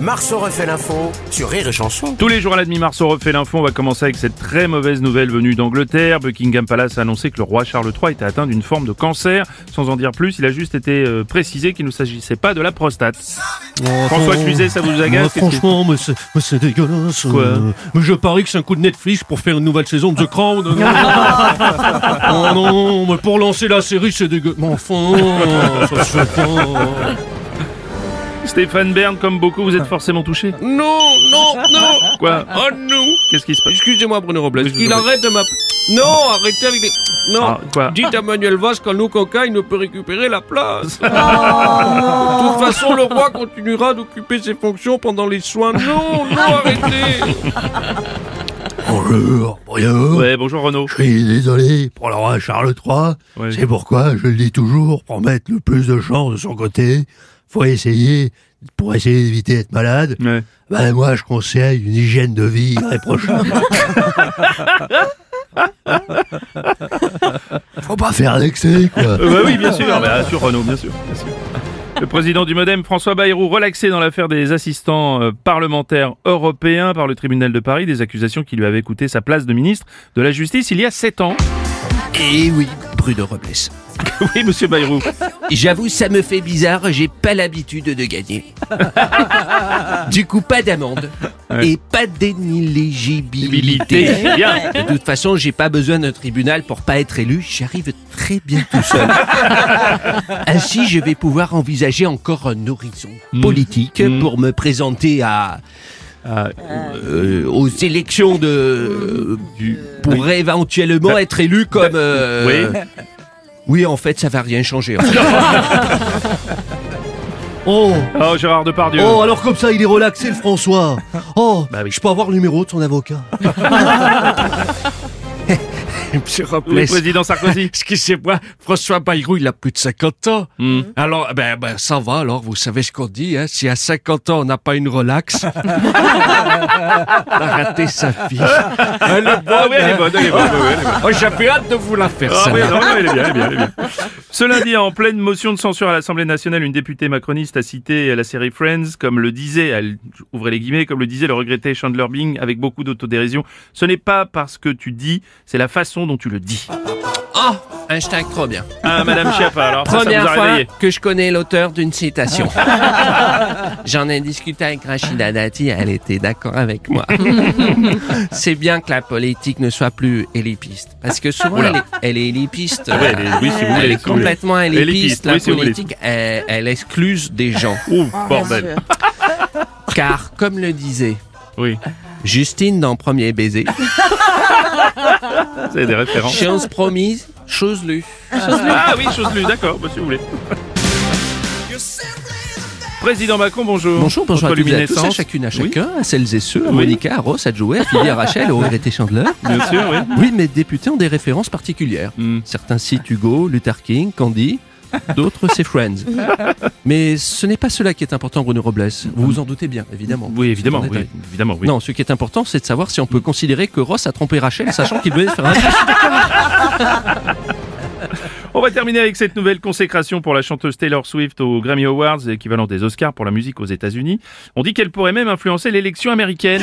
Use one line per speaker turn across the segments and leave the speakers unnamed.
Marceau refait l'info sur Rire et Chanson.
Tous les jours à la demi-mars, on refait l'info. On va commencer avec cette très mauvaise nouvelle venue d'Angleterre. Buckingham Palace a annoncé que le roi Charles III était atteint d'une forme de cancer. Sans en dire plus, il a juste été euh, précisé qu'il ne s'agissait pas de la prostate. François
Oh.
Cluzet, ça vous
Moi,
agace Qu'est-ce que-
Euh, Franchement, mais c'est- mais c'est dégueulasse.
Quoi
Euh, Mais je parie que c'est un coup de Netflix pour faire une nouvelle saison de The Crown. Non, non, non. Oh non, mais pour lancer la série, c'est dégueulasse. Mais enfin, ça se fait pas.
Stéphane Bern, comme beaucoup, vous êtes forcément touché.
Non, non, non
Quoi
Oh non
Qu'est-ce qui se passe
Excusez-moi Bruno Robles,
Oui, je vous
qu'il
en prie.
arrête de m'appeler. Non, arrêtez avec les... Non
Ah, quoi
Dites à Manuel Valls qu'en nous cocaille, ne peut récupérer la place.
Oh.
de toute façon, le roi continuera d'occuper ses fonctions pendant les soins. Non, non, arrêtez
Bonjour, bonjour.
Ouais, bonjour Renaud.
Je suis désolé pour le roi Charles III.
Ouais.
C'est pourquoi je le dis toujours, pour mettre le plus de chance de son côté, faut essayer, pour essayer d'éviter d'être malade.
Ouais.
Ben moi, je conseille une hygiène de vie irréprochable. faut pas faire l'excès, quoi.
Euh, bah oui, bien sûr. Bah, assure Renaud, bien sûr, bien sûr. Le président du Modem, François Bayrou, relaxé dans l'affaire des assistants euh, parlementaires européens par le tribunal de Paris, des accusations qui lui avaient coûté sa place de ministre de la Justice il y a sept ans.
Eh oui, Bruno Robles.
Oui, monsieur Bayrou.
J'avoue, ça me fait bizarre, j'ai pas l'habitude de gagner. du coup, pas d'amende et pas d'inéligibilité.
Milité. Bien.
De toute façon, j'ai pas besoin d'un tribunal pour pas être élu, j'arrive très bien tout seul. Ainsi, je vais pouvoir envisager encore un horizon
Mhm.
politique pour me présenter à
Ah,
euh, aux élections de
du-
pour éventuellement être élu comme euh,
Bah, Oui.
oui, en fait, ça va rien changer.
Oh,
Oh, Gérard Depardieu.
oh, alors comme ça, il est relaxé, le François. Oh,
Bah oui.
je peux avoir le numéro de son avocat.
Monsieur Robles,
Oui, président Sarkozy.
excusez-moi, François Bayrou, il a plus de 50 ans.
Hmm.
Alors, ben, ben, ça va, alors, vous savez ce qu'on dit, hein. Si à 50 ans, on n'a pas une relax, t'as raté sa vie. Elle est
Ah
bonne,
oui, elle est
hein.
bonne, elle est bonne, oui, oui, elle est bonne.
Oh, j'avais hâte de vous la faire,
Ah oui,
celle-là.
non, non, elle est bien, elle est bien, elle est bien. Ce lundi, en pleine motion de censure à l'Assemblée nationale, une députée macroniste a cité la série Friends, comme le disait, elle ouvrait les guillemets, comme le disait le regretté Chandler Bing avec beaucoup d'autodérision. Ce n'est pas parce que tu dis, c'est la façon dont tu le dis.
Ah, Einstein, trop bien.
Ah, Madame Schiappa, alors ça, ça
Première
vous a
fois
réveillé.
que je connais l'auteur d'une citation. J'en ai discuté avec Rachida Dati, elle était d'accord avec moi. C'est bien que la politique ne soit plus élitiste. Parce que souvent, elle est, elle est élitiste.
Ah ouais, elle est- oui, si vous voulez,
Elle est
si vous voulez.
complètement
Élitiste,
élitiste. La
oui, si vous voulez.
politique, elle, elle excluse des gens.
Ouh, bordel.
Car, comme le disait
Oui,
Justine dans Premier Baiser,
c'est des références.
chose promise, chose lue.
Ah oui, chose lue, d'accord, bah, si vous voulez. Président Macron, bonjour.
Bonjour, bonjour à
Votre
toutes et à tous, à
luminescence.
chacune, à
Oui,
chacun, à celles et ceux, à
Oui.
Monica, à Ross, à Joey, à Philippe, à Rachel, au regretté Chandler.
bien sûr, oui.
Oui, mes députés ont des références particulières.
Hmm.
Certains citent Hugo, Luther King, Candy, d'autres c'est Friends. Mais ce n'est pas cela qui est important, Bruno Robles. Vous vous en doutez bien, évidemment.
Oui, évidemment,
C'est en
oui,
détail.
évidemment, oui.
Non, ce qui est important, c'est de savoir si on peut considérer que Ross a trompé Rachel, sachant qu'il devait faire un...
On va terminer avec cette nouvelle consécration pour la chanteuse Taylor Swift aux Grammy Awards, équivalent des Oscars pour la musique aux États-Unis. On dit qu'elle pourrait même influencer l'élection américaine.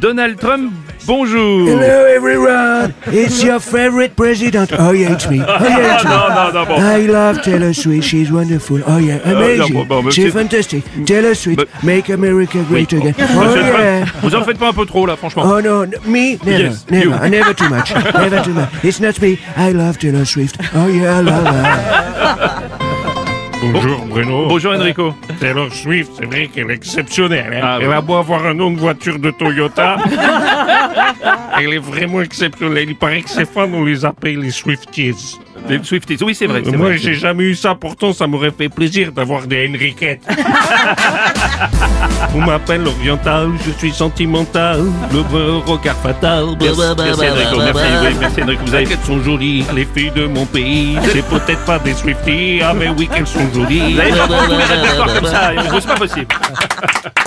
Donald Trump,
Eh
bonjour.
ben,
Hello everyone, it's your favorite president. Oh yeah, it's me. Oh yeah, it's me.
Ah, non, non, non, bon.
I love Taylor Swift. She's wonderful. Oh yeah, amazing.
bon, bon, monsieur-
She's fantastic. Taylor Swift,
But-
make America great again. Oh
eh
Monsieur Trump,
ben.
yeah.
vous en faites pas un peu trop là,
Ah.
franchement.
Oh no, n- me never,
Yes,
never,
you.
Uh, never too much, never too much. It's not me. I love Taylor Swift. Oh yeah, I love her.
Bonjour Bruno.
Bonjour Enrico.
Taylor Swift, c'est vrai qu'elle est exceptionnelle. hein.
Ah, oui.
Elle a beau avoir un nom de voiture de Toyota. elle est vraiment exceptionnelle. Il paraît que ses fans, on les appelle les Swifties.
Les Swifties, oui c'est vrai. c'est
Euh, Moi,
vrai.
j'ai jamais eu ça. Pourtant, ça m'aurait fait plaisir d'avoir des Henriquettes. On m'appelle l'oriental, je suis sentimental, le brun rocard fatal.
Merci Enrico, merci, oui, merci Enrico, vous
Les
avez,
Henriquettes sont jolies, les filles de mon pays, c'est peut-être pas des Swifties, ah mais oui qu'elles sont jolies.
vous avez pas beaucoup de répertoires comme ça, c'est pas possible.